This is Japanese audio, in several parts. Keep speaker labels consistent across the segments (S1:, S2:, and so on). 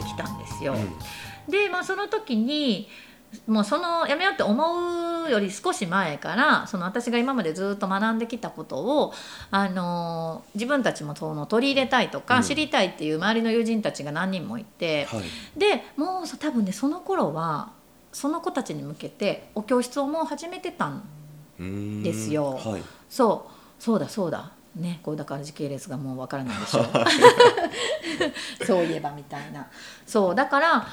S1: 来たんですよ。で、まあ、その時にもうそのやめようって思うより少し前からその私が今までずっと学んできたことを、あのー自分たちもその取り入れたいとか、
S2: うん
S1: 知りたいっていう周りの友人たちが何人もいて、
S2: はい
S1: でもうそ多分ねその頃はその子たちに向けてお教室をもう始めてたん
S2: うーん
S1: ですよ
S2: はい
S1: そうそうだそうだねこうだから時系列がもうわからないで しょそういえばみたいなそうだから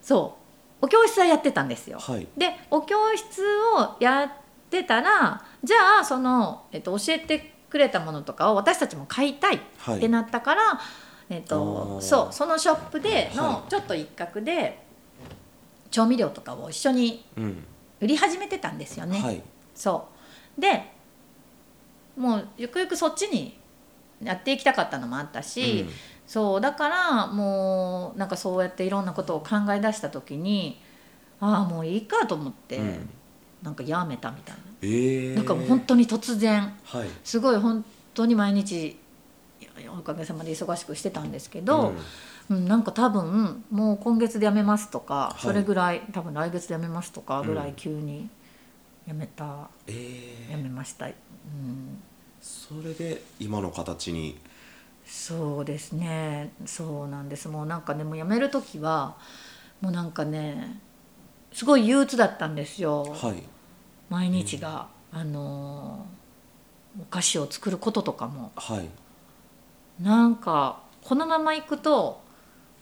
S1: そうお教室はやってたんですよ
S2: はい
S1: でお教室をやってたらじゃあその、えっと、教えてくれたものとかを私たちも買いたいっ
S2: はい
S1: てなったから、えっ
S2: あ
S1: と
S2: ー、
S1: そうそのショップでの
S2: は
S1: ちょっと一角で調味料とかを一緒に
S2: うん
S1: 売り始めてたんですよね。
S2: はい
S1: そうでもうゆくゆくそっちにやっていきたかったのもあったし、
S2: うん
S1: そうだからもうなんかそうやっていろんなことを考え出した時にああもういいかと思って、
S2: うん
S1: なんかやめたみたいな、
S2: えー、
S1: なんかもう本当に突然
S2: はい
S1: すごい本当に毎日いやいやおかげさまで忙しくしてたんですけど、うんなんか多分もう今月でやめますとか、
S2: はい
S1: それぐらい多分来月でやめますとかぐらい急にやめた、
S2: え
S1: や
S2: ー、
S1: めました、うん、
S2: それで今の形に
S1: そうですねそうなんですもうなんかねもう辞める時はもうなんかねすごい憂鬱だったんですよ、
S2: はい
S1: 毎日が、あのーお菓子を作ることとかも
S2: はい
S1: なんかこのままいくと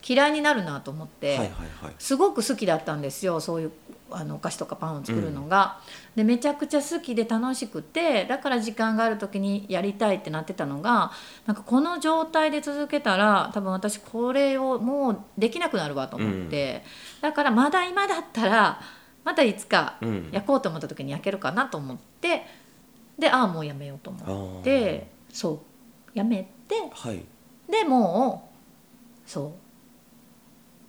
S1: 嫌いになるなと思って、
S2: はいはいはい
S1: すごく好きだったんですよそういうあのお菓子とかパンを作るのが、でめちゃくちゃ好きで楽しくてだから時間がある時にやりたいってなってたのがなんかこの状態で続けたら多分私これをもうできなくなるわと思って、だからまだ今だったらまたいつか
S2: うん
S1: 焼こうと思った時に焼けるかなと思ってでああもうやめようと
S2: あ
S1: 思
S2: ー
S1: ってそうやめて
S2: はい
S1: でもうそ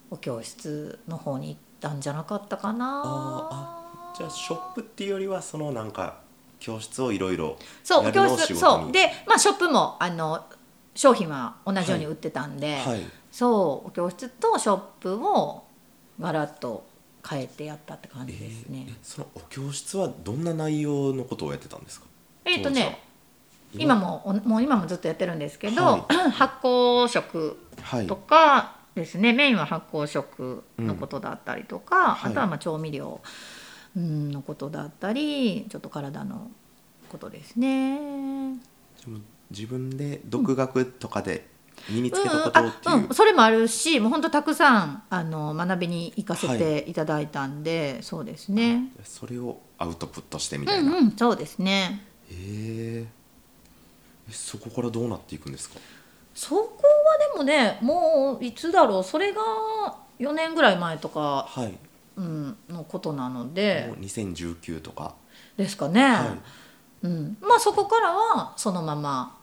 S1: うお教室の方に行ったんじゃなかったかな
S2: あじゃあショップっていうよりはそのなんか教室をいろいろ
S1: そうお
S2: やる
S1: 教
S2: のを仕
S1: 室
S2: 事に
S1: そうでまあショップもあの商品は同じように売ってたんで、
S2: はい
S1: そうお教室とショップをガラッと変えてやったって感じですね
S2: えーえそのお教室はどんな内容のことをやってたんですか
S1: えっ、と
S2: 当時は
S1: ね今もおもう今もずっとやってるんですけど、
S2: は
S1: 発酵食
S2: はい
S1: とかですね、メインは発酵食のことだったりとか、
S2: はい
S1: あとはまあ調味料うんのことだったりちょっと体のことですね。
S2: でも自分で独学とかで身につ
S1: うん
S2: けたことっていう、
S1: あうん、それもあるしもう本当たくさんあの学びに行かせていただいたんで、そうですね。
S2: それをアウトプットしてみ
S1: う
S2: たい
S1: ん
S2: な、へ
S1: うん、そうですね。
S2: ええそこからどうなっていくんですか
S1: そこはでもねもういつだろうそれが4年ぐらい前とか、
S2: はい、
S1: うん、のことなので
S2: もう2019とか
S1: ですかね、
S2: は
S1: うん、まあそこからはそのまま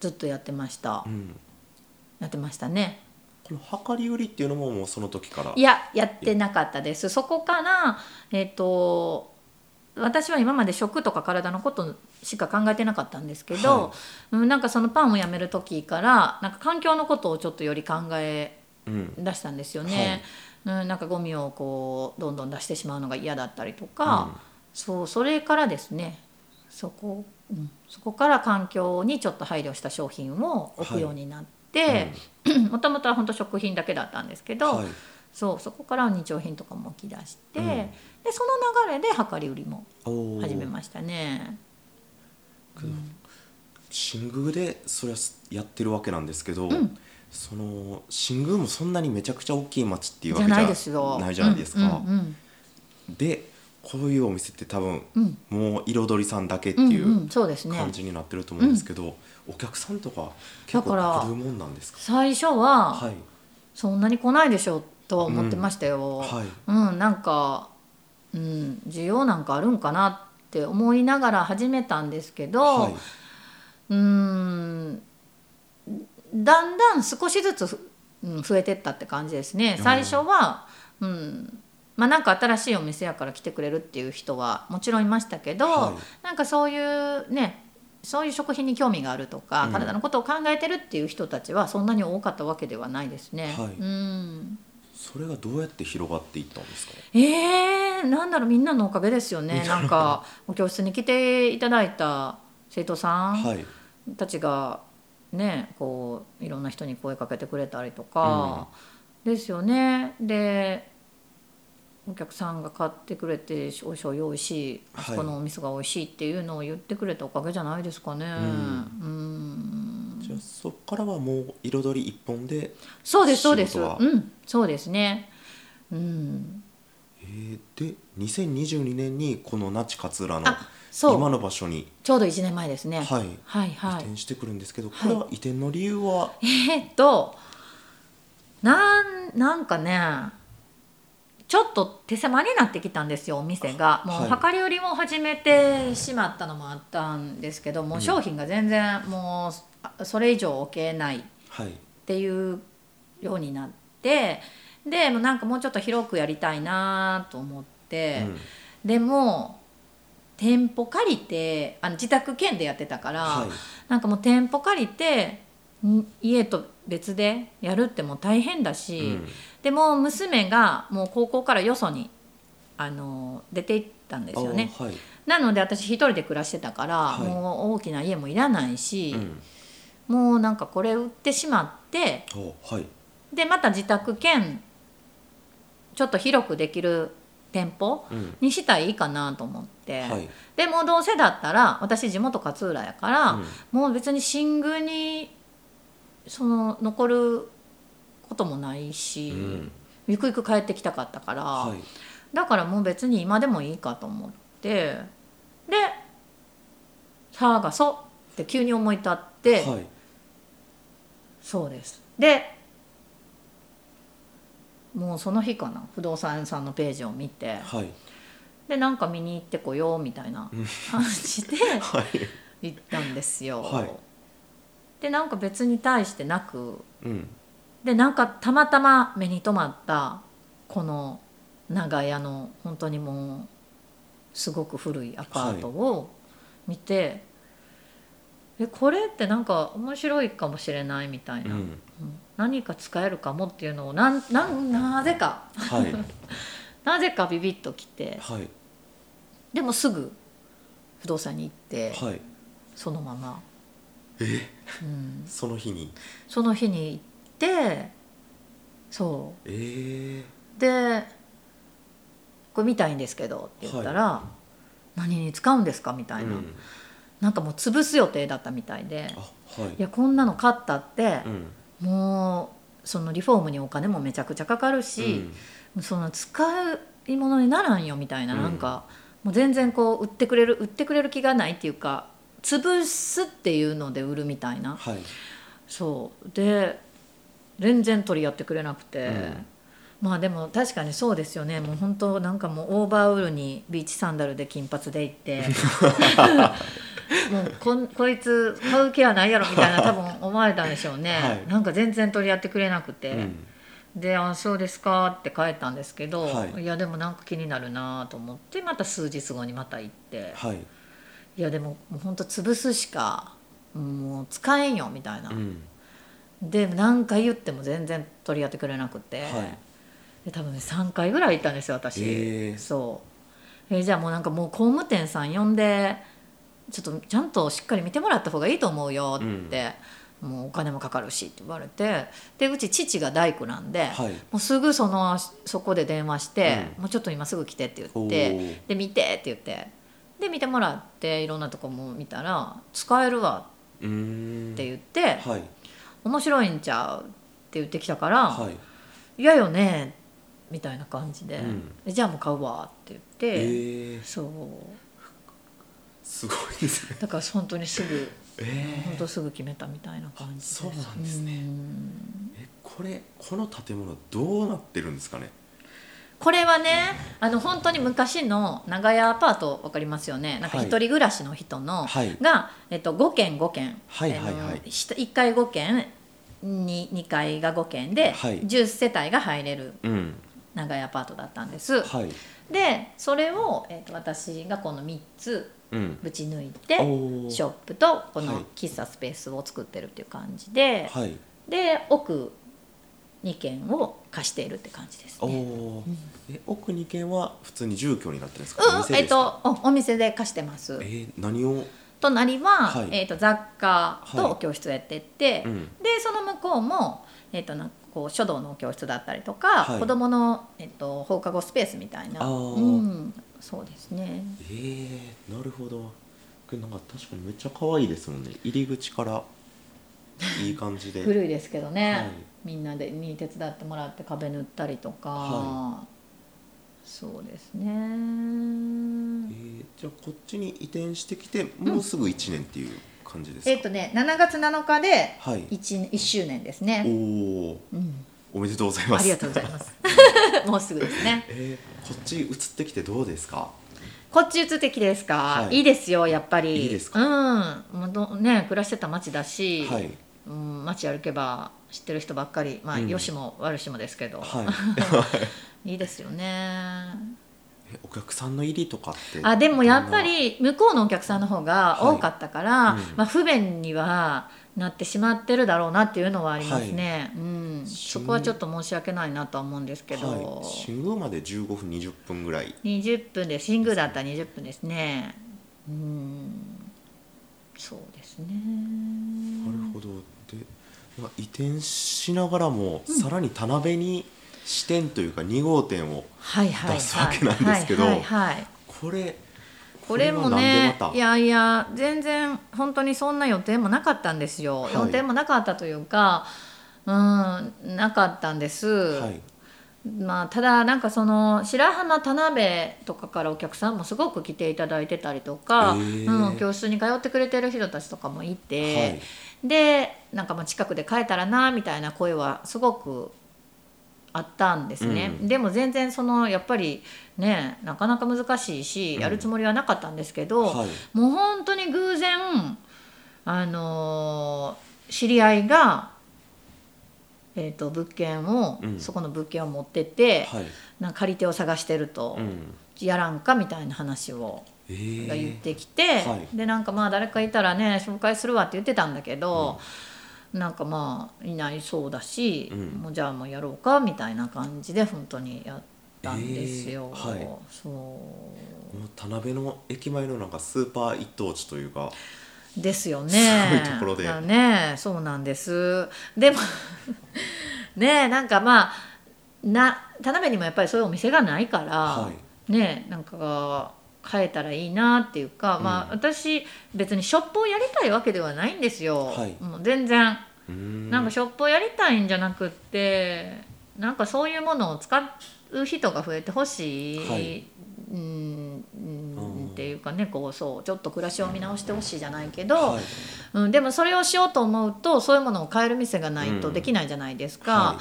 S1: ずっとやってました、
S2: うん
S1: やってましたね
S2: この量り売りっていうのももうその時から
S1: いややってなかったですそこからえっ、と私は今まで食とか体のことしか考えてなかったんですけど、
S2: は
S1: うんなんかそのパンをやめる時からなんか環境のことをちょっとより考え
S2: うん
S1: 出したんですよね、うん、なんかゴミをこうどんどん出してしまうのが嫌だったりとか、
S2: うん
S1: そうそれからですねそこ,、うん、そこから環境にちょっと配慮した商品を置くようになってもともとは本当食品だけだったんですけど、
S2: はい
S1: そうそこから日用品とかも置き出して、
S2: うん
S1: でその流れで量り売りも
S2: おー
S1: 始めましたね。
S2: 新宮でそれはやってるわけなんですけど、
S1: ん
S2: その新宮もそんなにめちゃくちゃ大きい町っていうわ
S1: じ
S2: け
S1: ゃ
S2: じゃ
S1: ないですよ。
S2: ないじゃないですか、
S1: うんうん
S2: でこういうお店って多分、
S1: うん
S2: もう彩りさんだけって
S1: うん
S2: い
S1: うんう
S2: うん
S1: そうですね
S2: 感じになってると思うんですけど、お客さんとか結構
S1: だから
S2: 来るもんなんですか
S1: 最初は、
S2: はい
S1: そんなに来ないでしょとは思ってましたよ。
S2: はい
S1: うん、なんか、うん、需要なんかあるんかなって思いながら始めたんですけど、
S2: はいう
S1: ーんだんだん少しずつふ、うん、増えてったって感じですね
S2: うん
S1: 最初は、うんまあ、なんか新しいお店やから来てくれるっていう人はもちろんいましたけど、
S2: はい
S1: なんかそういうねそういう食品に興味があるとか、
S2: うん
S1: 体のことを考えてるっていう人たちはそんなに多かったわけではないですね。
S2: はい
S1: うん
S2: それがどうやって広がっていったんですか
S1: えー、なんだろうみんなのおかげですよねなんかお教室に来ていただいた生徒さん
S2: はい
S1: たちがねこういろんな人に声かけてくれたりとか、ですよねでお客さんが買ってくれて「おいしいおいしい」
S2: はい
S1: あそこのお店が美味しい」っていうのを言ってくれたおかげじゃないですかね。うん
S2: じゃあそこからはもう彩り一本で
S1: そうですそうです
S2: 仕事は
S1: うんそうですね。うん、
S2: えー、で2022年にこの那智勝浦の
S1: あそう
S2: 今の場所に、
S1: ちょうど1年前ですね。
S2: はい
S1: はい、はい
S2: 移転してくるんですけど、
S1: い
S2: これは移転の理由は、
S1: えーっとなんなんかねちょっと手狭になってきたんですよお店がも
S2: は
S1: う
S2: い
S1: 量り売りも始めてしまったのもあったんですけどもう商品が全然もうあそれ以上置けないっ
S2: はい
S1: ていうようになってでもうなんかもうちょっと広くやりたいなと思って、
S2: うん
S1: でも店舗借りてあの自宅兼でやってたから、
S2: はい
S1: なんかもう店舗借りてん家と別でやるってもう大変だし、
S2: うん
S1: でも娘がもう高校からよそにあの出て行ったんですよね
S2: あーはい
S1: なので私一人で暮らしてたから、
S2: はい
S1: もう大きな家もいらないし
S2: う、ん
S1: もうなんかこれ売ってしまって
S2: あーはい
S1: でまた自宅兼ちょっと広くできる店舗
S2: うん
S1: にしたらいいかなと思って、
S2: はい
S1: でもどうせだったら私地元勝浦やから、
S2: うん
S1: もう別に新宮にその残ることもないし、
S2: うん
S1: ゆくゆく帰ってきたかったから、
S2: はい
S1: だからもう別に今でもいいかと思ってで「さあがそ」って急に思い立って、
S2: はい
S1: そうですでもうその日かな不動産屋さんのページを見て
S2: はい
S1: でなんか見に行ってこようみたいな
S2: うん
S1: 感じ で
S2: はい
S1: 行ったんですよ。
S2: はい
S1: でなんか別に対してなく
S2: うん
S1: でなんかたまたま目に留まったこの長屋の本当にもうすごく古いアパートを見て、えこれってなんか面白いかもしれないみたいうな、うん
S2: ん
S1: 何か使えるかもっていうのをなんなんなぜか
S2: はい
S1: なぜかビビッときて
S2: はい
S1: でもすぐ不動産に行って、
S2: はい
S1: そのまま、うん、
S2: その日に
S1: その日に行ってそう
S2: えー、
S1: で「これ見たいんですけど」って言ったら「何に使うんですか?」みた
S2: う
S1: いな、
S2: ん
S1: なんかもう潰す予定だったみたいで
S2: あはい
S1: 「いやこんなの買ったって
S2: う、ん
S1: もうそのリフォームにお金もめちゃくちゃかかるし、その使い物にならんよ」みたいな、
S2: うん
S1: なんかもう全然こう売ってくれる売ってくれる気がないっていうか潰すっていうので売るみたいな
S2: うん、はい
S1: そうで全然取り合ってくれなくて、
S2: うん
S1: まあでも確かにそうですよねもう本当なんかもうオーバーウールにビーチサンダルで金髪で行って もうこんこいつ買う気はないやろみたいな多分思われたんでしょうね、
S2: はい
S1: なんか全然取り合ってくれなくて、
S2: うん
S1: で「あそうですか」って帰ったんですけど、
S2: はい
S1: い、やでもなんか気になるなと思ってまた数日後にまた行って
S2: はい
S1: いやでももう本当潰すしかもう使えんよみたいな。
S2: うん
S1: で何回言っても全然取り合ってくれなくて、
S2: はい
S1: で多分ね3回ぐらい行ったんですよ私、
S2: へえ
S1: そう、えーじゃあもうなんかもう工務店さん呼んでちょっとちゃんとしっかり見てもらった方がいいと思うよって、もうお金もかかるしって言われてでうち父が大工なんで、
S2: はい
S1: もうすぐそのそこで電話して、
S2: うん
S1: もうちょっと今すぐ来てって言
S2: お
S1: って
S2: ー
S1: で見てって言ってで見てもらっていろんなとこも見たら使えるわ
S2: うーん
S1: って言って、
S2: はい
S1: 面白いんちゃうって言ってきたから「
S2: はい
S1: 嫌よね」みたいな感じで
S2: うん
S1: 「じゃあもう買うわ」って言
S2: え
S1: って、
S2: ー、
S1: そう
S2: すごいですね
S1: だから本当にすぐ
S2: え
S1: 本当すぐ決めたみたいな感じで
S2: そうなんです
S1: う
S2: ね
S1: ん
S2: えこれこの建物どうなってるんですかね
S1: これはねあの本当に昔の長屋アパート分かりますよねなんか
S2: は
S1: 一
S2: い
S1: 人暮らしの人の、
S2: はい
S1: が、えっと、5軒5軒、
S2: はいはいはい
S1: あの下1階5軒 2, 2階が5軒で、
S2: はい
S1: 10世帯が入れる
S2: うん
S1: 長屋アパートだったんです。
S2: はい
S1: でそれを、えー、と私がこの3つ
S2: うん
S1: ぶち抜いて
S2: おー
S1: ショップとこ
S2: はい
S1: の喫茶スペースを作ってるっていう感じで、
S2: はい
S1: で奥2軒を貸しているって感じです
S2: お
S1: ね。
S2: おー、え奥2軒は普通に住居になってるんですか、お
S1: うん、
S2: 店ですか
S1: えっと、おお店で貸してます
S2: え。ー何を
S1: 隣は、
S2: はい
S1: えっと、雑貨
S2: は
S1: と
S2: い
S1: 教室をやってて、
S2: うん
S1: でその向こうも、えっとなんかこう書道の教室だったりとか、
S2: はい
S1: 子どもの、えっと放課後スペースみたいな、
S2: あー
S1: うん、そうですね
S2: えー、なるほどこれなんか確かにめっちゃ可愛いですもんね入り口からいい感じ で
S1: 古いですけどね、
S2: はい
S1: みんなでに手伝ってもらって壁塗ったりとか、
S2: は
S1: そうです
S2: え
S1: ね。
S2: ーじゃあこっちに移転してきてもうすぐ1年っていう感じですか、
S1: えっとね7月7日で
S2: はい
S1: 1, 1周年です
S2: お
S1: ね、
S2: お
S1: うん、
S2: おめでとうございます
S1: ありがとうございますもうすぐですね
S2: えーこっち移ってきてどうですか
S1: こっち移ってきてですか、
S2: はい
S1: い、いですよやっぱり
S2: いいですか
S1: うんもうどね暮らしてた町だし、
S2: はい
S1: うん、町歩けば知ってる人ばっかりまあ、
S2: うん
S1: よしも悪しもですけど、
S2: は い
S1: い、いですよね
S2: えお客さんの入りとかって
S1: あでもやっぱ
S2: どんな
S1: り向こうのお客さんの方が多かったから、
S2: はいうん
S1: まあ、不便にはなってしまってるだろうなっていうのはありますね、うん、そこはちょっと申し訳ないなとは思うんですけど、
S2: はい、新宮まで15分20分ぐらい
S1: 20分で新宮だったら20分ですねうんそうですね
S2: なるほどで、まあ、移転しながらも、さらに田辺に支店というか2号店を
S1: はいはいはい
S2: 出すわけなんですけど
S1: はいはいはい
S2: これ
S1: これも
S2: これはなん
S1: ね
S2: でまた
S1: いやいや全然本当にそんな予定もなかったんですよ、
S2: はい
S1: 予定もなかったというかうんなかったんです、
S2: はい
S1: まあただなんかその白浜田辺とかからお客さんもすごく来ていただいてたりとか、
S2: へー
S1: うん、教室に通ってくれてる人たちとかもいて、
S2: はい
S1: でなんかまあ近くで帰えたらなみたいな声はすごくあったんですね、
S2: うん
S1: でも全然そのやっぱりねなかなか難しいし
S2: うん
S1: やるつもりはなかったんですけど、
S2: はい
S1: もう本当に偶然あのー知り合いが、えー、と物件を、
S2: うん
S1: そこの物件を持ってて、
S2: はい
S1: なんか借り手を探してると、
S2: うん
S1: やらんかみたいな話を
S2: え
S1: が言っ
S2: ー、
S1: てきて、
S2: は
S1: でなんかまあ誰かいたらね紹介するわって言ってたんだけど、なんかまあいないそうだし、
S2: うん
S1: もうじゃあもうやろうかみたいな感じで本当にやったんですよ。
S2: えーはい
S1: そう
S2: もう田辺の駅前のなんかスーパー一等地というか
S1: ですよね。
S2: すごいところで
S1: だからねそうなんです。でも ねなんかまあな田辺にもやっぱりそういうお店がないから、
S2: はい
S1: ねなんか変えたらいいなっていうか、まあ私別にショップをやりたいわけではないんですよ、
S2: はい
S1: もう全然
S2: うーん
S1: なんかショップをやりたいんじゃなくってなんかそういうものを使う人が増えてほしい、
S2: はい
S1: うんうん
S2: うん
S1: っていうかねこうそうちょっと暮らしを見直してほしいじゃないけど、
S2: はい
S1: うん、でもそれをしようと思うとそういうものを買える店がないとできないじゃないですか。
S2: は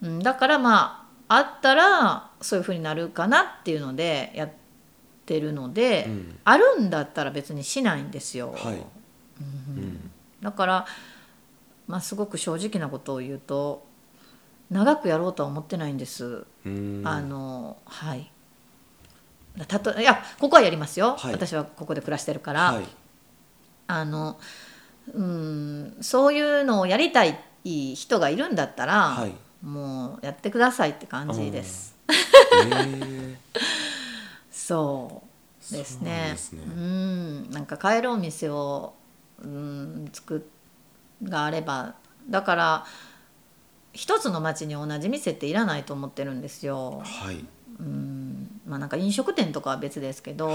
S1: うん、だからまああったらそういう風になるかなっていうのでやってるので、
S2: うん
S1: あるんだったら別にしないんですよ、
S2: はいうん
S1: だから、まあ、すごく正直なことを言うと長くやろうとは思ってないんです、
S2: うーん
S1: あのはいたといやここはやりますよ、
S2: はい
S1: 私はここで暮らしてるから、
S2: はい
S1: あのうんそういうのをやりたい人がいるんだったら、
S2: はい
S1: もうやってくださいって感じです。
S2: えー、
S1: そうです
S2: そうなん
S1: ね。
S2: ですね
S1: ん、なんか買えるお店を、うん、作っがあれば、だから。一つの町に同じ店っていらないと思ってるんですよ。
S2: はい
S1: うん、まあなんか飲食店とかは別ですけど、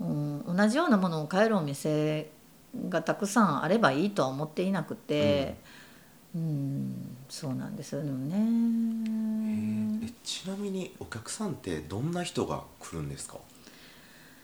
S2: は
S1: うん、同じようなものを買えるお店がたくさんあればいいとは思っていなくて、うん、そうなんですよ
S2: えー
S1: ね。
S2: えちなみにお客さんってどんな人が来るんですか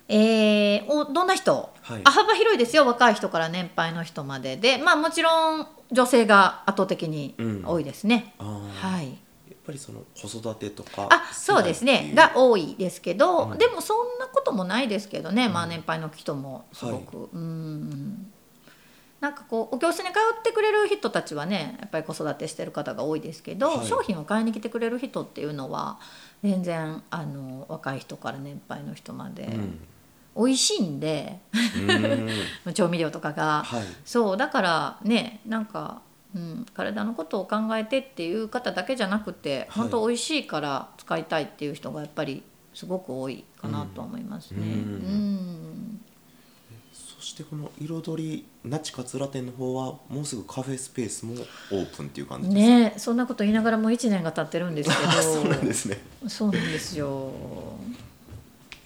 S1: えーおどんな人
S2: はい
S1: あ幅広いですよ若い人から年配の人まででまあもちろん女性が圧倒的に多いですね、
S2: あー
S1: はい
S2: やっぱりその子育てとか
S1: あそうです
S2: 世代っ
S1: ね
S2: ていう
S1: が多いですけど、
S2: うん
S1: でもそんなこともないですけどね、まあ
S2: うん
S1: 年配の人もすごく、うんなんかこうお教室に通ってくれる人たちはねやっぱり子育てしてる方が多いですけど、
S2: はい
S1: 商品を買いに来てくれる人っていうのは全然あの若い人から年配の人まで、
S2: うん
S1: 美味しいんで
S2: うーん
S1: 調味料とかが。
S2: はい
S1: そうだからねなんかうん、体のことを考えてっていう方だけじゃなくて、
S2: はい
S1: 本当美味しいから使いたいっていう人がやっぱりすごく多いかなとは思いますね。
S2: うん
S1: うん
S2: そしてこの彩り那智勝浦店の方はもうすぐカフェスペースもオープンっていう感じですね
S1: ねえそんなこと言いながらもう1年が経ってるんですけど
S2: そうなんですね、
S1: そうなんですよ。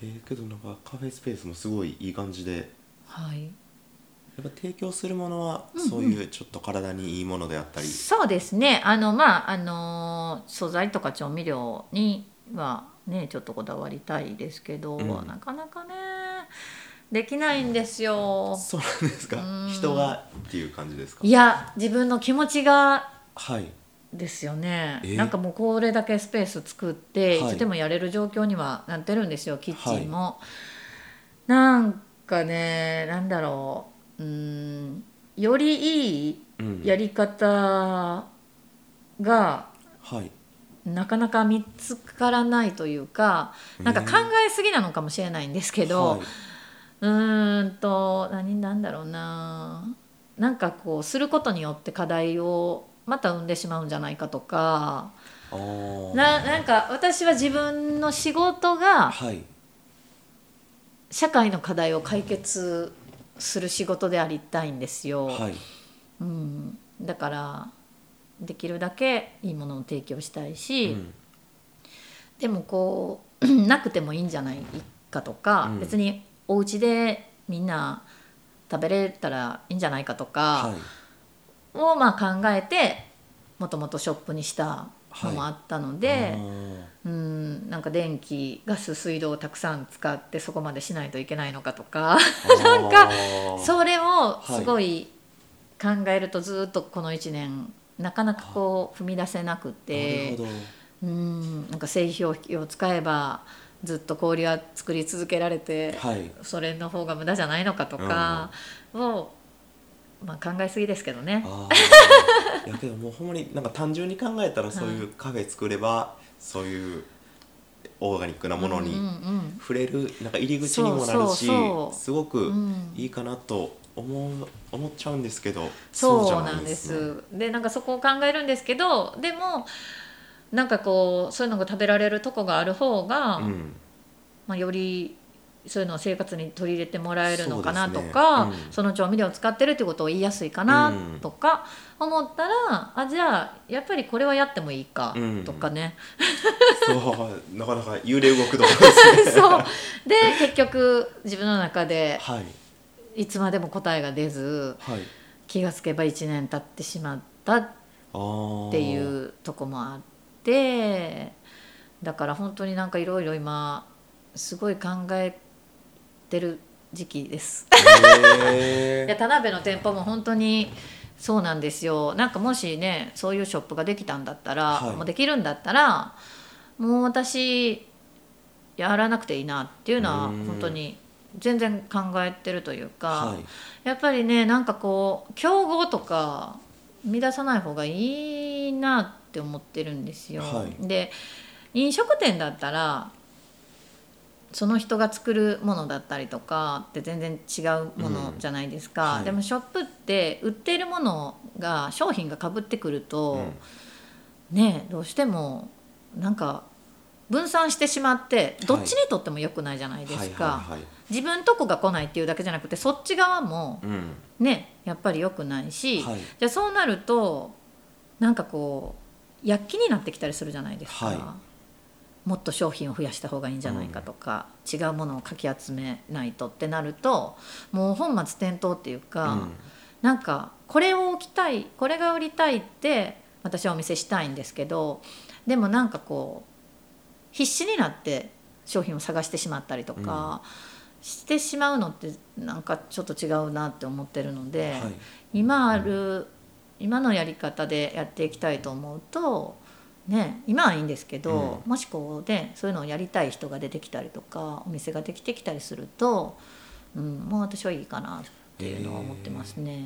S2: えーけどなんかカフェスペースもすごいいい感じで
S1: はい、
S2: やっぱ提供するものはそういうちょっと体にいいものであったり、
S1: そうですねあのまああの素材とか調味料にはねちょっとこだわりたいですけど、
S2: うん
S1: なかなかねできないんですよ。
S2: そうなんです
S1: う
S2: か
S1: ん
S2: 人がっていう感じですか
S1: いや自分の気持ちが
S2: はい
S1: ですよね
S2: え
S1: なんかもうこれだけスペース作って、
S2: はい
S1: い、つでもやれる状況にはなってるんですよキッチンも、なんかねなんだろううーんよりいい
S2: うん
S1: やり方が
S2: はい
S1: なかなか見つからないというかなんか考えすぎなのかもしれないんですけど、
S2: はいう
S1: ーんと何なんだろうななんかこうすることによって課題をまた生んでしまうんじゃないかとか
S2: あー
S1: ななんか私は自分の仕事が
S2: はい
S1: 社会の課題を解決する仕事でありたいんですよ、
S2: はい
S1: うん、だからできるだけいいものを提供したいし、
S2: うん
S1: でもこう なくてもいいんじゃないかとか、
S2: うん
S1: 別にお家でみんな食べれたらいいんじゃないかと
S2: は
S1: か
S2: い
S1: をまあ考えてもともとショップにしたのもあったので、
S2: あー
S1: うんなんか電気ガス水道をたくさん使ってそこまでしないといけないのかとかなんか
S2: あー
S1: それを
S2: い
S1: すごい考えるとずっとこの1年なかなかこう踏み出せなくて。
S2: なるほど
S1: うんなんか製氷機を使えばずっと氷は作り続けられて、
S2: はい
S1: それの方が無駄じゃないのかとかを、まあ、考えすぎですけどね
S2: ああいやけどもうほんまになんか単純に考えたらそういうカフェ作ればそういうオーガニックなもの
S1: うん
S2: に
S1: うん
S2: 触れるなんか入り口にもなるし
S1: そうそうそう
S2: すご
S1: う
S2: く
S1: んうん
S2: いいかなと思う思っちゃうんですけど
S1: そう
S2: じゃ
S1: なんです
S2: ね
S1: でなんかそこを考えるんですけどでもなんかこうそういうのが食べられるとこがある方が、
S2: うん
S1: まあ、よりそういうのを生活に取り入れてもらえるのかな
S2: そうで
S1: と
S2: すね
S1: かそ,、
S2: うん
S1: の調味料を使ってるってことを言いやすいかな
S2: うん
S1: とか思ったら、あじゃあやっぱりこれはやってもいいか
S2: うん
S1: とかね、
S2: そうな かなか幽霊動くとこ ろですね
S1: そうで結局自分の中で
S2: はい
S1: いつまでも答えが出ず
S2: はい
S1: 気がつけば1年経ってしまったっ
S2: あー
S1: ていうとこもあってだから本当になんかいろいろ今すごい考えてる時期です。
S2: へ
S1: いや
S2: ー
S1: 田辺の店舗も本当にそうなんですよなんかもしねそういうショップができたんだったら、
S2: はい
S1: もうできるんだったらもう私やらなくていいなっていうのは
S2: うん
S1: 本当に全然考えてるというか、
S2: はい
S1: やっぱりねなんかこう競合とか生み出さない方がいいなって思ってるんですよ。
S2: は
S1: で飲食店だったらその人が作るものだったりとかって全然違うものじゃないですか、
S2: うんはい
S1: でもショップって売っているものが商品がかぶってくると、ねどうしてもなんか分散してしまってどっちにとっても良くないじゃないですか、
S2: はいはいはい
S1: 自分とこが来ないっていうだけじゃなくてそっち側も
S2: うん
S1: ねやっぱり良くないし、
S2: はい
S1: じゃあそうなるとなんかこう躍起になってきたりするじゃないですか、
S2: は
S1: もっと商品を増やした方がいいんじゃないかとか、違うものをかき集めないとってなるともう本末転倒っていうか、なんかこれを置きたいこれが売りたいって私はお見せしたいんですけどでもなんかこう必死になって商品を探してしまったりとか、してしまうのってなんかちょっと違うなって思ってるの
S2: う
S1: で、
S2: ん はい
S1: 今ある今のやり方でやっていきたいと思うと。ね、今はいいんですけど、もしこうねそういうのをやりたい人が出てきたりとかお店ができてきたりすると、うん、もう私はいいかなっていうのは思ってますね。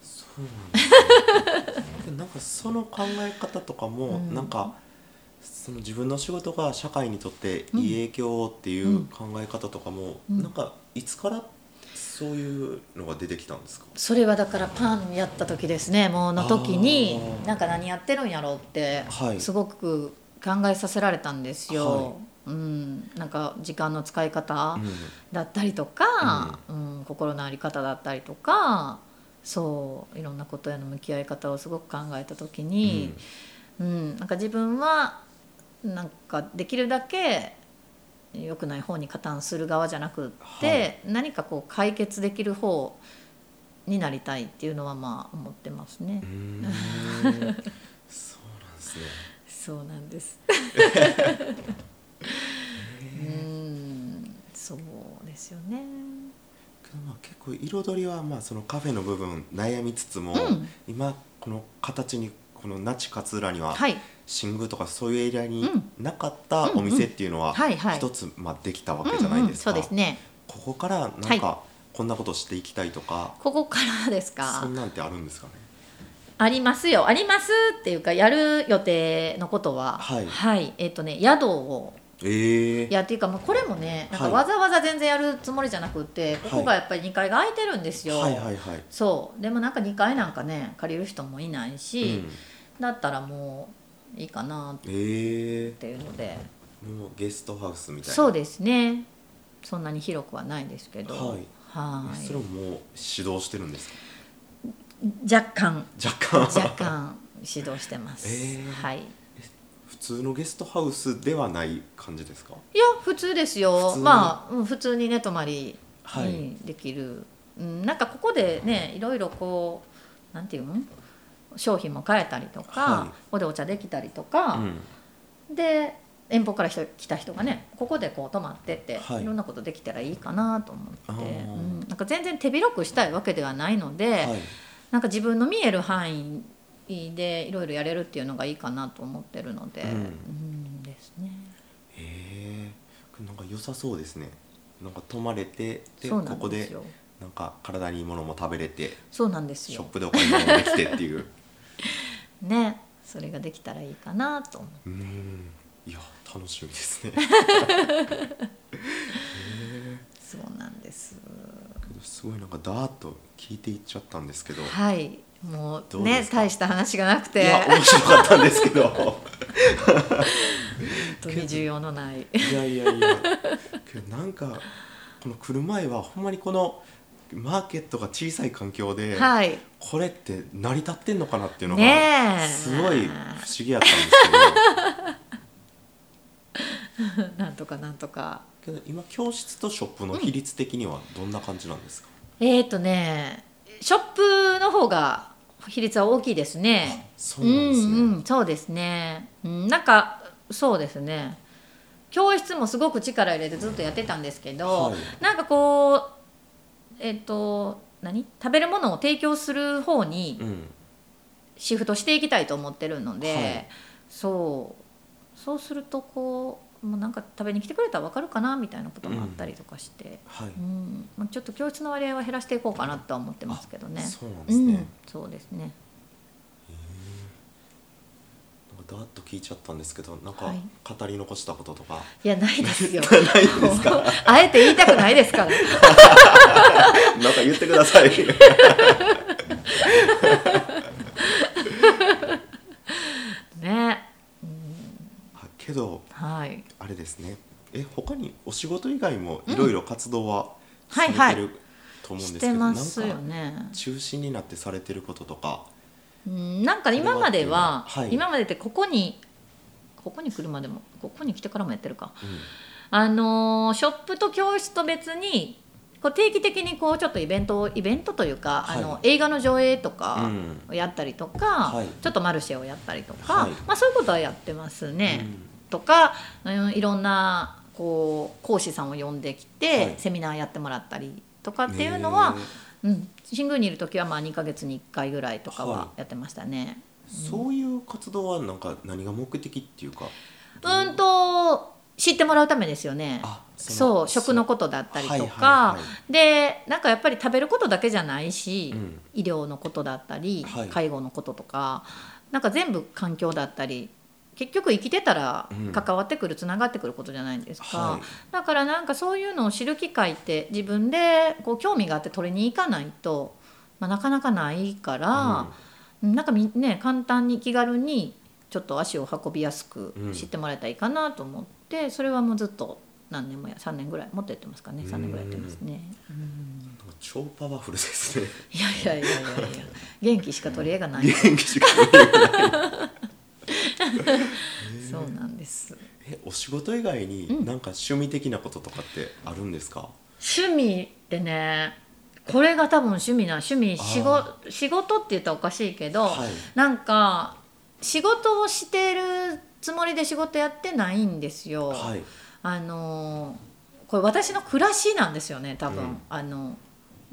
S2: そうなんですねでなんかその考え方とかも、
S1: うん
S2: なんかその自分の仕事が社会にとっていい影響をっていう考え方とかも、
S1: うん
S2: なんかいつからそういうのが出てきたんですか
S1: それはだからパンやった時ですねもうの時に
S2: あー
S1: なんか何やってるんやろうって
S2: はい
S1: すごく考えさせられたんですよ、
S2: は
S1: うん、なんか時間の使い方
S2: うん
S1: だったりとか、うん心の在り方だったりとかそういろんなことへの向き合い方をすごく考えた時に、うんなんか自分はなんかできるだけ良くない方に加担する側じゃなくって、
S2: は
S1: 何かこう解決できる方になりたいっていうのはまあ思ってますね。
S2: うんうーんそうなんですね
S1: そうなん です。うん、そうですよね。
S2: けどまあ結構彩りはまあそのカフェの部分悩みつつも、
S1: うん
S2: 今この形にこの那智勝浦には
S1: はい、
S2: 新宮とかそういうエリアに
S1: うん
S2: なかったお店っていうのは
S1: うんうんはいはい
S2: 一つまあできたわけじゃないですか、
S1: うんうんそうですね。
S2: ここからな
S1: は
S2: ん
S1: い
S2: かこんなことしていきたいとか、
S1: ここからです
S2: そ
S1: か
S2: ん。なんってあるんですかね
S1: ありますよ。ありますっていうか、やる予定のことは。
S2: はい
S1: えっ、とね、宿を。
S2: ええ
S1: いやっていうか、まあ、これもね、なんか
S2: はい
S1: わざわざ全然やるつもりじゃなくて、ここがやっぱり2階が空いてるんですよ。
S2: はいはいはい、
S1: そう、でもなんか2階なんかね、借りる人もいないうし。
S2: ん、
S1: だったらもういいかなっ
S2: ええ
S1: ていうので。
S2: もうゲストハウスみたいな
S1: そうですね。そんなに広くはないですけど。
S2: は
S1: は
S2: い
S1: い
S2: それをもう指導してるんですか
S1: 若干、
S2: 若干
S1: 若干指導してます。
S2: えー
S1: はい。
S2: 普通のゲストハウスではない感じですか
S1: いや普通です
S2: 普
S1: よ
S2: 通に
S1: まあうん普通にね泊まり
S2: はい
S1: にできる、うん、なんかここでねいろいろこうなんていうん商品も買えたりとか、
S2: はい
S1: ここでお茶できたりとか、
S2: ん
S1: で遠方から人来た人がねここでこう泊まってって、
S2: はい
S1: い、ろんなことできたらいいかなと思
S2: あ
S1: って、
S2: ー
S1: うん、なんか全然手広くしたいわけではないので、
S2: はい
S1: なんか自分の見える範囲でいろいろやれるっていうのがいいかなと思ってるので、
S2: うん
S1: うんですね。
S2: ええなんか良さそうですねなんか泊まれてで
S1: そうな
S2: こ
S1: ん
S2: こ
S1: です
S2: で
S1: よ。
S2: なんか体にいいものも食べれて
S1: そうなんです
S2: ショッ
S1: よ。
S2: プでお買い物もできてっていう
S1: ね、それができたらいいかなと 思う。
S2: うんいや楽しみですね
S1: そうなんです。
S2: すごいなんかダーッと聞いていっちゃったんですけど、
S1: はい、もう
S2: どうで
S1: ね
S2: す、か
S1: 大した話がなく
S2: い、
S1: て、
S2: や面白かったんです けど
S1: 本当に重要のない。
S2: いやいやいやけどなんかこの来る前はほんまにこのマーケットが小さい環境で、
S1: はい。
S2: これって成り立ってんのかなっていうのが
S1: ねえ。
S2: すごい不思議やったんです
S1: なんとかなんとか。
S2: けどけど今教室とショップの比率的にはどんな感じなんですか、
S1: えっ、ー、とね、ショップの方が比率は大きいですね。
S2: そうなんですね、
S1: うんうん、そうですね。うん、なんかそうですね。教室もすごく力入れてずっとやってたんですけど、
S2: はい
S1: なんかこうえっ、と何食べるものを提供する方に
S2: うん
S1: シフトしていきたいと思ってるので、
S2: はい
S1: そうそうするとこうもうなんか食べに来てくれたらわかるかなみたいなこともあったりとかして、
S2: はい、
S1: うん、まあちょっと教室の割合は減らしていこうかなとは思ってますけどね。
S2: そうなんですね、
S1: う
S2: なんんか、
S1: そうですね。
S2: だーっと聞いちゃったんですけどなんか
S1: はい
S2: 語り残したこととか、
S1: いやないですよ。
S2: ないですか
S1: あえて言いたくないですから。
S2: なんか言ってください
S1: ね。
S2: あけど
S1: はい。
S2: あれですねえ他にお仕事以外もいろいろ活動は
S1: は
S2: さ
S1: い
S2: れ
S1: はい
S2: てると思うんで
S1: し
S2: すけ
S1: て
S2: ど、
S1: ます
S2: な
S1: よ
S2: んか
S1: ね。
S2: 中心になってされてることとか
S1: うんなんか今までは、
S2: これはっていうの
S1: 今
S2: ははい
S1: までってここにここに来るまでもここに来てからもやってるか。
S2: うん
S1: あのーショップと教室と別に。こう定期的にこうちょっとイベントをイベントというか、
S2: はい
S1: あの映画の上映とか
S2: うん
S1: をやったりとか、
S2: はい
S1: ちょっとマルシェをやったりとか、
S2: はい
S1: まあ、そういうことはやってますね。
S2: うん
S1: とか、うん、いろんなこう講師さんを呼んできて、
S2: はい
S1: セミナーやってもらったりとかっていうのは、う
S2: ね
S1: ん、新宮にいる時はまあ2ヶ月に1回ぐらいとか
S2: はい
S1: はやってましたね。
S2: えそういう活動はなんか何が目的っていうか、
S1: うんと知ってもらうためですよね
S2: あ
S1: そ
S2: そう
S1: う食のことだったりと
S2: は
S1: か、
S2: いはいは
S1: でなんかやっぱり食べることだけじゃないし、
S2: うん
S1: 医療のことだったり、
S2: はい
S1: 介護のこととかなんか全部環境だったり結局生きてたら
S2: うん
S1: 関わってくるつながってくることじゃないですか、
S2: はい
S1: だからなんかそういうのを知る機会って自分でこう興味があって取りに行かないと、まあ、なかなかないから、なんかみね簡単に気軽にちょっと足を運びやすく
S2: うん
S1: 知ってもらえたらいいかなと思って、それはもうずっと何年もや3年ぐらいもっとやってますかね3年ぐらいやってますね。 うん
S2: なんか超パワフルですね
S1: いやいやいやいやいや元気しか取り柄がない
S2: 元気しかない
S1: そうなんです
S2: えお仕事以外に
S1: うん
S2: なんか趣味的なこととかってあるんですか、
S1: 趣味ってねこれが多分趣味な趣味仕
S2: あ
S1: 事仕事って言ったらおかしいけど、
S2: はい
S1: なんか仕事をしてるつもりで仕事やってないんですよ、
S2: はい
S1: あのーこれ私の暮らしなんですよね多分、
S2: うん
S1: あの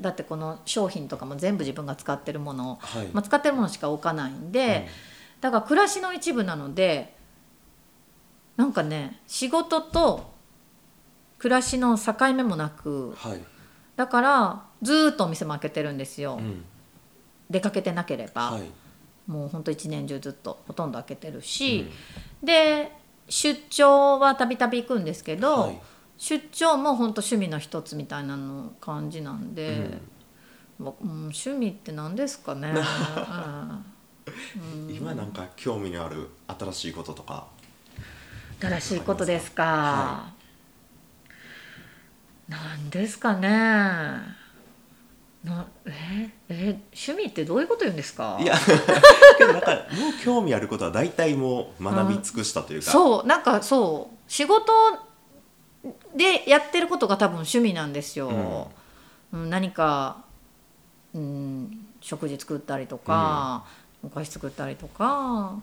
S1: だってこの商品とかも全部自分が使ってるものを、
S2: はい、
S1: まあ、使ってるものしか置かないん
S2: うん
S1: で、だから暮らしの一部なのでなんかね仕事と暮らしの境目もなく
S2: はい、
S1: だからずーっとお店も開けてるんですよ、
S2: うん、
S1: 出かけてなければ、
S2: はい、
S1: もうほんと一年中ずっとほとんど開けてるし、で出張はたびたび行くんですけ
S2: うん
S1: ど、
S2: はい
S1: 出張もほんと趣味の一つみたいなの感じなんで、わうん趣味って何ですか ね、うんうん
S2: 今なんか興味のある新しいこととか
S1: 新しいことです
S2: は
S1: か。なんですかね。なええ趣味ってどういうこと言うんですか。
S2: いやけどなんかもう興味あることは大体もう学び尽くしたというか、
S1: そうなんかそう仕事でやってることが多分趣味なんですよ。うん、何かうん食事作ったりとか、お菓子作ったりとか。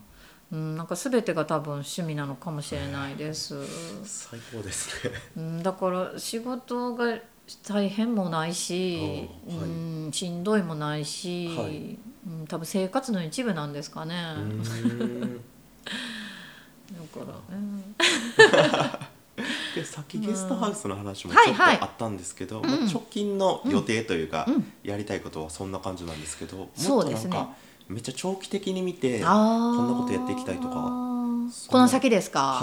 S1: うん、なんか全てが多分趣味なのかもしれないです。
S2: 最高です ね
S1: うん、だから仕事が大変もないし、
S2: あーはい
S1: うん、しんどいもないし、
S2: はい
S1: うん、多分生活の一部なんですかね。
S2: うーん
S1: だから、うん、
S2: でさっきゲストハウスの話も
S1: うん
S2: ちょっと
S1: はいはい
S2: あったんですけど、
S1: うん
S2: まあ直近の予定というか、
S1: うん
S2: やりたいことはそんな感じなんですけど、もっ
S1: そう
S2: と
S1: で
S2: な
S1: す
S2: ん
S1: ね
S2: かめっちゃ長期的に見ては
S1: あー
S2: こんなことやっていきたいとか
S1: この先ですか。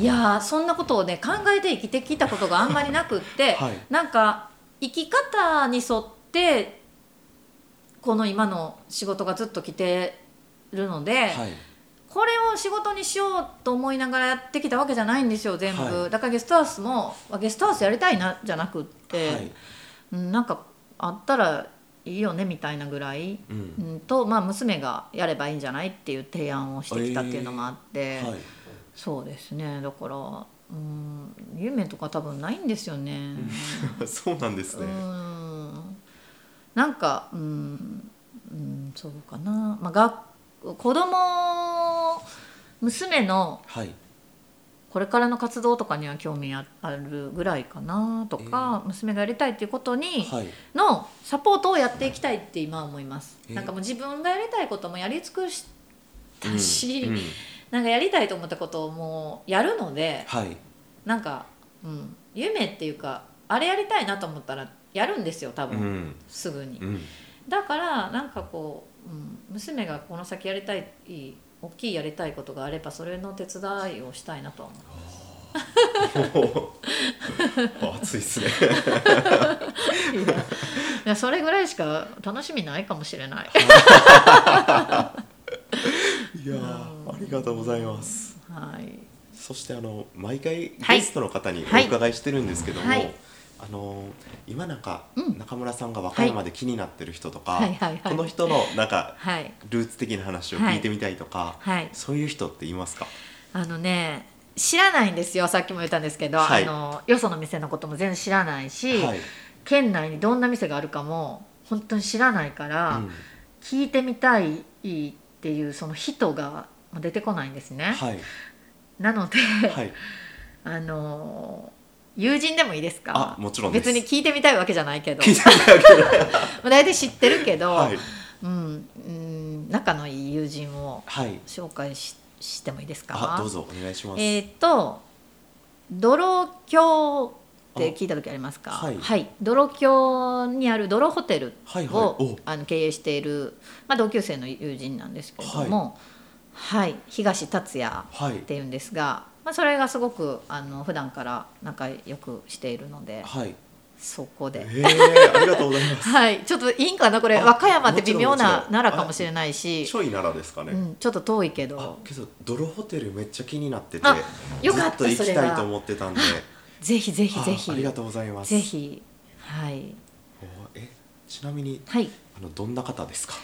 S2: い
S1: いやーそんなことをね考えて生きてきたことがあんまりなくって、
S2: はい
S1: なんか生き方に沿ってこの今の仕事がずっと来てるので、
S2: はい
S1: これを仕事にしようと思いながらやってきたわけじゃないんですよ全部、
S2: はい
S1: だからゲストハウスもあゲストハウスやりたいなじゃなくって、
S2: はい
S1: うんなんかあったらいいよねみたいなぐらい、
S2: う
S1: うんん、と、まあ、娘がやればいいんじゃないっていう提案をしてきたっていうのもあって、
S2: はい
S1: そうですねだから、うん、夢とか多分ないんですよね。
S2: そうなんです
S1: う
S2: ね、
S1: んなんかうん、うん、そうかな、まあ、が子供娘の
S2: はい
S1: これからの活動とかには興味ああるぐらいかなとか、娘がやりたいっていうことに、
S2: はい
S1: のサポートをやっていきたいって今は思います、
S2: えー
S1: なんかもう自分がやりたいこともやり尽くしたし、
S2: うんうん
S1: なんかやりたいと思ったことをもうやるので
S2: はい
S1: なんか、うん、夢っていうかあれやりたいなと思ったらやるんですよ多
S2: う
S1: 分、
S2: ん
S1: すぐに
S2: う。 ん
S1: だからなんかこう、うん、娘がこの先やりたい大きいやりたいことがあればそれの手伝いをしたいなとは思う
S2: おー熱い ですね
S1: いやいやそれぐらいしか楽しみないかもしれない。
S2: いやーありがとうございます
S1: はい、
S2: そしてあの毎回
S1: はい
S2: ゲストの方に
S1: はい
S2: お伺いしてるんですけども、
S1: はい
S2: あのー今なんか
S1: うん
S2: 中村さんが和歌山で気になってる人とか、
S1: はいはいはい
S2: この人のなんか
S1: はい、
S2: ルーツ的な話を聞いてみたいとか、
S1: はい
S2: そういう人っていますか、
S1: あのね知らないんですよさっきも言ったんですけど、
S2: はい
S1: あのよその店のことも全然知らないし、
S2: はい、
S1: 県内にどんな店があるかも本当に知らないから、
S2: うん
S1: 聞いてみたいっていうその人が出てこないんですね、
S2: はい
S1: なので、
S2: はい
S1: あの友人でもいいですか
S2: あもちろんです
S1: 別に聞いてみたいわけじゃないけど
S2: 聞いてみたいけど
S1: 大体知ってるけど、
S2: はい
S1: うん、うん、仲のいい友人を
S2: はい
S1: 紹介ししてもいいですか
S2: あどうぞお願いします、
S1: えっ、と泥橋って聞いた時ありますか。
S2: あはい
S1: 泥橋にある泥ホテルを、
S2: はいはいお
S1: あの経営しているまあ同級生の友人なんですけれども、ははい、東達也
S2: はい
S1: っていうんですが、まあ、それがすごくあの普段から仲良くしているので
S2: はい
S1: そこで。
S2: へえー、ありがとうござ います
S1: はい、ちょっといいんかなこれ
S2: あ
S1: 和歌山って微妙
S2: もちろんも
S1: な
S2: ちろん
S1: 奈良かもしれないし
S2: ち、ょいならですかね、
S1: うん、ちょっと遠いけ
S2: あ
S1: ど
S2: けど泥ホテルめっちゃ気になってて
S1: あよかった
S2: ずっと行き
S1: それ
S2: たい
S1: が
S2: と思ってたんで
S1: ぜひぜひぜひ
S2: あありがとうございます
S1: ぜひはい
S2: おえちなみに
S1: はい
S2: あのどんな方ですか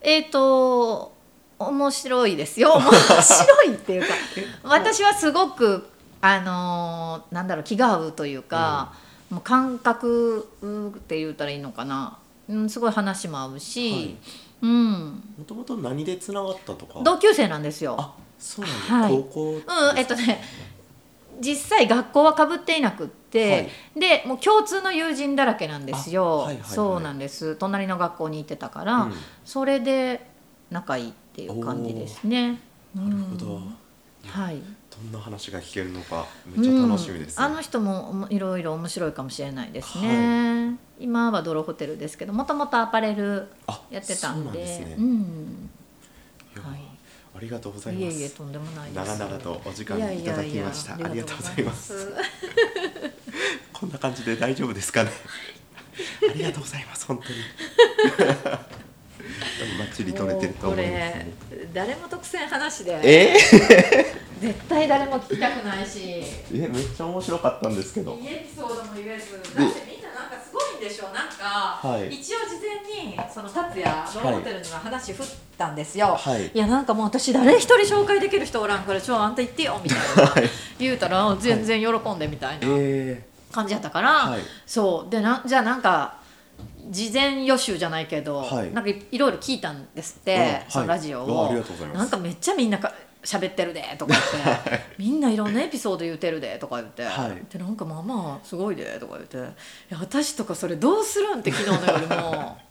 S1: えっ、と面白い ですよ面白いっていうか私はすごくあのーなんだろう気が合うというか、もう感覚って言ったらいいのかな、うん、すごい話も合うし、
S2: はい
S1: うん、
S2: もともと何でつながったとか
S1: 同級生なんですよ。
S2: あそうなんだ、
S1: はい
S2: 高校です
S1: うん、えっとね実際学校はかぶっていなくって、でもう共通の友人だらけなんですよ、
S2: あはいはいはい
S1: そうなんです隣の学校に行ってたから、
S2: うん
S1: それで仲いいっていう感じですね。
S2: なるほど、
S1: うんはい、
S2: どんな話が聞けるのかめっちゃ楽しみです、
S1: うんあの人もいろいろ面白いかもしれないですね、今は泥ホテルですけどもともとアパレル
S2: あ
S1: やってた
S2: そ
S1: ん
S2: うな
S1: で
S2: ですね、
S1: う
S2: い
S1: ん
S2: や
S1: はい
S2: ありがとうござい
S1: いえ
S2: ます
S1: いえとんでもないです
S2: 長々とお時間いただきました
S1: いやいやいや
S2: ありがとうございます
S1: ありがとうございます
S2: こんな感じで大丈夫ですかね ありがとうございます本当に 多分バッチリ取れてると思います、ね
S1: も、うこれ誰も特選話で
S2: え
S1: 絶対誰も聞きたくないしいいエ
S2: ーえめっちゃ面白かったんですけど
S1: ピソードも言えずだってみんななんかすごいんでしょなんか、
S2: はい
S1: 一応事前にその達也ローホテルには話振ったんですよ、
S2: はい
S1: いやなんかもう私誰一人紹介できる人おらんからちょあんた行ってよみたいな
S2: はい
S1: 言うたら全然喜んでみたいな
S2: え
S1: 感じやったから、
S2: はい
S1: そうでなじゃあなんか事前予習じゃないけど、
S2: はい
S1: なんかいいろいろ聞いたんですって、
S2: うんはい
S1: そのラジオ
S2: うわ
S1: を
S2: ありがとうございます
S1: なんかめっちゃみんなか喋ってる でとか言ってみんないろんなエピソード言うてるでとか言って、
S2: はい
S1: でなんかまあまあすごいでとか言っていや私とかそれどうするんって昨日の夜も。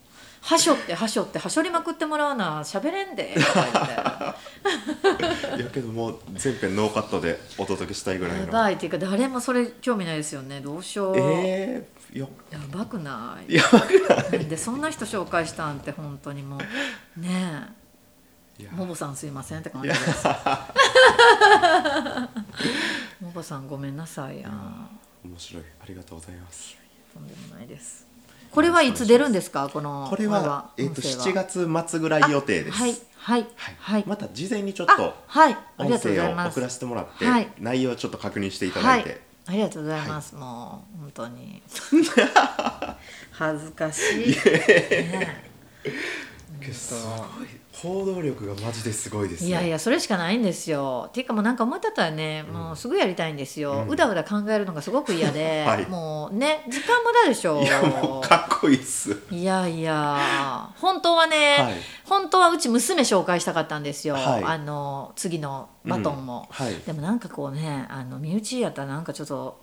S1: はしょってはしょってはしょりまくってもらわな喋れんでとか言って
S2: ー、いやけどもう全編ノーカットでお届けしたいぐらい
S1: や
S2: の
S1: ばいっていうか誰もそれ興味ないですよねどうしよう、
S2: えー、いや
S1: やばくない
S2: やばく
S1: なんでそんな人紹介したんって本当にもうね
S2: いや
S1: えもぼさんすいませんって感じです もぼさんごめんなさいや
S2: 面白いありがとうございます
S1: とんでもないですこれはいつ出るんですかこの
S2: これは、えっと
S1: 音声
S2: 7月末ぐらい予定です
S1: あはいはい
S2: はい
S1: はい、
S2: また事前にちょっと
S1: あはいあり
S2: 音
S1: がとうご
S2: 声
S1: ざい
S2: を
S1: ます
S2: 送らせてもらって、
S1: はい
S2: 内容をちょっと確認していただ
S1: はい
S2: て、
S1: い、ありがとうございます、もう本当に 恥ずかしい、ね
S2: けどすごい行動力がマジですごいです
S1: え、
S2: ね
S1: いやいやそれしかないんですよていうかもうなんか思ってたらね、もうすぐやりたいんですよ、
S2: う
S1: うんだうだ考えるのがすごく嫌で、
S2: はい
S1: もうね時間無駄でしょ
S2: いやもうかっこいいっす
S1: いやいや本当はね、
S2: はい
S1: 本当はうち娘紹介したかったんですよ、
S2: はい
S1: あの次のバトンも、
S2: うんはい
S1: でもなんかこうねあの身内やったらなんかちょっと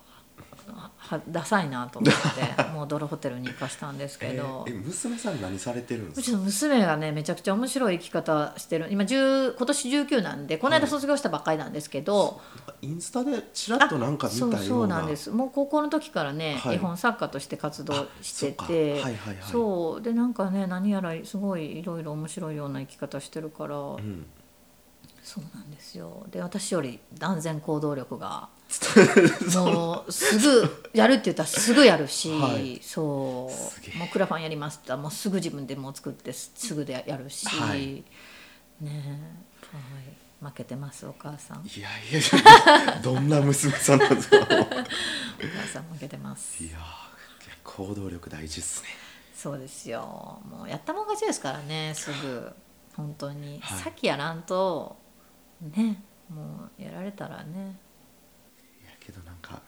S1: はダサいなと思って もうドルホテルに行かしたんですけ
S2: え
S1: ど、
S2: ーえ娘さん何されてるんで
S1: う
S2: す
S1: ち
S2: か
S1: の娘がねめちゃくちゃ面白い生き方してる今10今年19なんでこの間卒業したばっかりなんですけど、
S2: インスタでちらっとなんか見たよう
S1: そ
S2: な
S1: うそうなんですもう高校の時からね、
S2: はい
S1: 絵本作家として活動して
S2: あそっ
S1: て
S2: かはいはいはい
S1: そうでなんかね何やらすごいいろいろ面白いような生き方してるから、
S2: うん、
S1: そうなんですよで私より断然行動力 がもうすぐやるって言ったらすぐやるし、
S2: はい
S1: そう
S2: すげえ
S1: もうクラファンやりますって言ったらもうすぐ自分でもう作ってすすぐでやるし、
S2: はい
S1: ねえ、はい、負けてますお母さんお
S2: いやいやいやどんな娘さんなん ですかいや
S1: 母さん負けてます
S2: ーいや行動力大事っすね
S1: そうですよもうやったもん勝ちですからねすぐ本当に、
S2: はい
S1: さっきやらんとねもうやられたらね
S2: いやけどなんか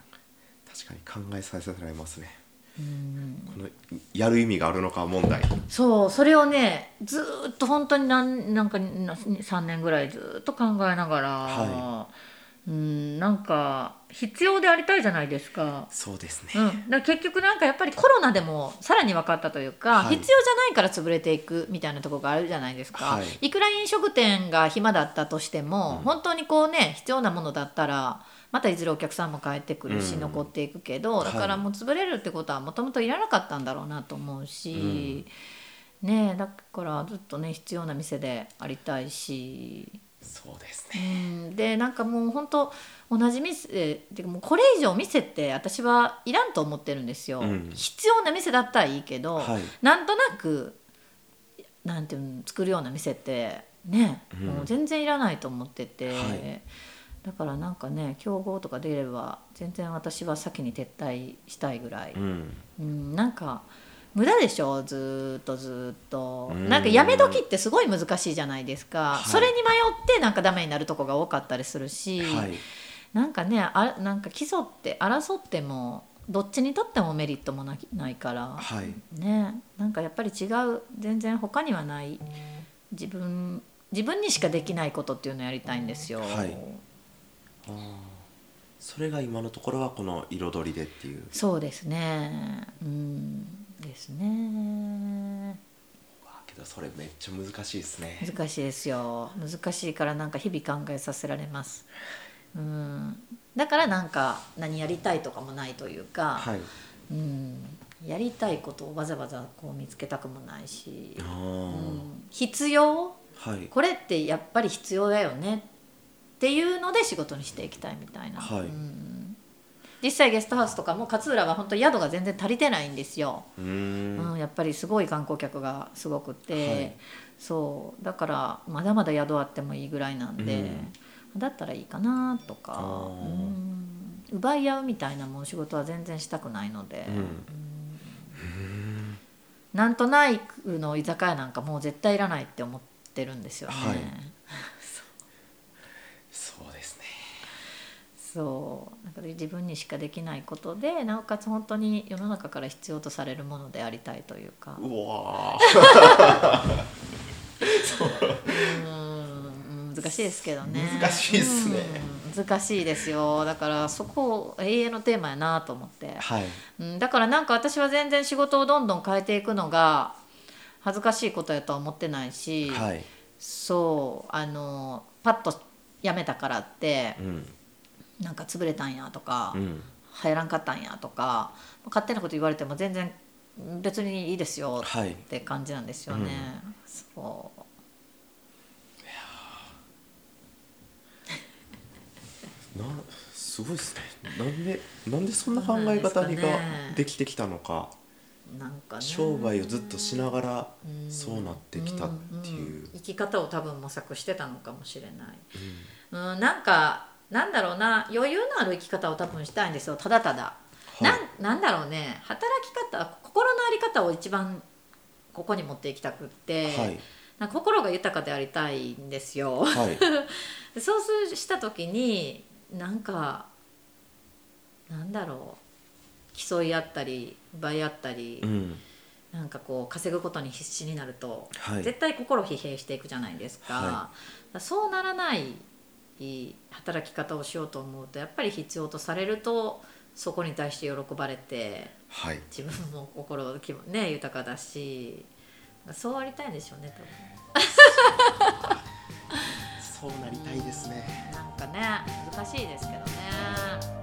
S2: 確かに考えさせられますね
S1: うん
S2: このやる意味があるのか問題
S1: そうそれをねずーっと本当になんなんかな3年ぐらいずーっと考えながら、
S2: は
S1: うんなんか必要でありたいじゃないですか。
S2: そうですね
S1: うん、だから結局なんかやっぱりコロナでもさらに分かったというか、
S2: は
S1: 必
S2: い
S1: 要じゃないから潰れていくみたいなところがあるじゃないですか、、
S2: はい
S1: くら飲食店が暇だったとしても、
S2: うん
S1: 本当にこうね必要なものだったらまたいずれお客さんも帰ってくるし、
S2: うん
S1: 残っていくけどだからもう潰れるってことはもともといらなかったんだろうなと思うし、ねえだからずっとね必要な店でありたいし
S2: そうです
S1: う
S2: ね
S1: んでなんかもう本当同じ店てかもうこれ以上店って私はいらんと思ってるんですよ、
S2: うん
S1: 必要な店だったらいいけど、
S2: はい
S1: なんとなくなんていうの作るような店ってね、
S2: うん
S1: もう全然いらないと思ってて、
S2: はい
S1: だからなんかね競合とか出れば全然私は先に撤退したいぐらい、
S2: うん
S1: うん、なんか無駄でしょずーっとずーっと
S2: うん
S1: なんかやめ時ってすごい難しいじゃないですか、
S2: はい
S1: それに迷ってなんかダメになるとこが多かったりするし、
S2: はい
S1: なんかねあなんか競って争ってもどっちにとってもメリットもなないから、
S2: はい
S1: ねなんかやっぱり違う全然他にはない自分自分にしかできないことっていうのをやりたいんですよ。
S2: はいあーそれが今のところはこの彩りでっていう
S1: そうですねうんですね
S2: わあけどそれめっちゃ難しいですね
S1: 難しいですよ難しいからなんか日々考えさせられますうんだからなんか何やりたいとかもないというか、
S2: はい
S1: うんやりたいことをわざわざこう見つけたくもないし
S2: あ、
S1: う
S2: ー
S1: ん、必要
S2: はい
S1: これってやっぱり必要だよねっていうので仕事にしていきたいみたいな、
S2: はい
S1: うん実際ゲストハウスとかも勝浦は本当宿が全然足りてないんですよ、
S2: うーん
S1: うんやっぱりすごい観光客がすごくて、
S2: はい
S1: そうだからまだまだ宿あってもいいぐらいなんで、だったらいいかなとか
S2: あー
S1: うん奪い合うみたいなもう仕事は全然したくないので、
S2: うん
S1: なんとなくの居酒屋なんかもう絶対いらないって思ってるんですよね。
S2: はいそうですね
S1: そうだから自分にしかできないことでなおかつ本当に世の中から必要とされるものでありたいというか
S2: うわ
S1: うん難しいですけどね
S2: 難しいっすね
S1: うん難しいですよだからそこ永遠のテーマやなと思って
S2: ー、はい
S1: うん、だからなんか私は全然仕事をどんどん変えていくのが恥ずかしいことやとは思ってないし、
S2: はい
S1: そうあのパッと辞めたからって
S2: うん
S1: なんか潰れたんやとか、
S2: うん
S1: 流行らんかったんやとか勝手なこと言われても全然別にいいですよ
S2: はいい
S1: って感じなんですよね。そう
S2: なすごいですねなんでなんでそんな考え方
S1: なんです
S2: に
S1: か
S2: が
S1: ね
S2: できてきたのか
S1: なんかね
S2: 商売をずっとしながら
S1: ん
S2: そうなってきたってい
S1: ん
S2: うん
S1: 生き方を多分模索してたのかもしれない、うん、なんかなんだろうな余裕のある生き方を多分したいんですよただただ、
S2: はい
S1: なんなんだろうね働き方心のあり方を一番ここに持っていきたくって、
S2: はい
S1: なんか心が豊かでありたいんですよ
S2: はい
S1: でそうすした時になんかなんだろう競い合ったり奪い合ったり、
S2: うん
S1: なんかこう稼ぐことに必死になると、
S2: はい
S1: 絶対心疲弊していくじゃないですか,、
S2: はい
S1: そうならない働き方をしようと思うとやっぱり必要とされるとそこに対して喜ばれて
S2: はい
S1: 自分も心気もね豊かだしそうありたいんでしょうね多分。
S2: そうなりたいですね
S1: なんかね難しいですけどね。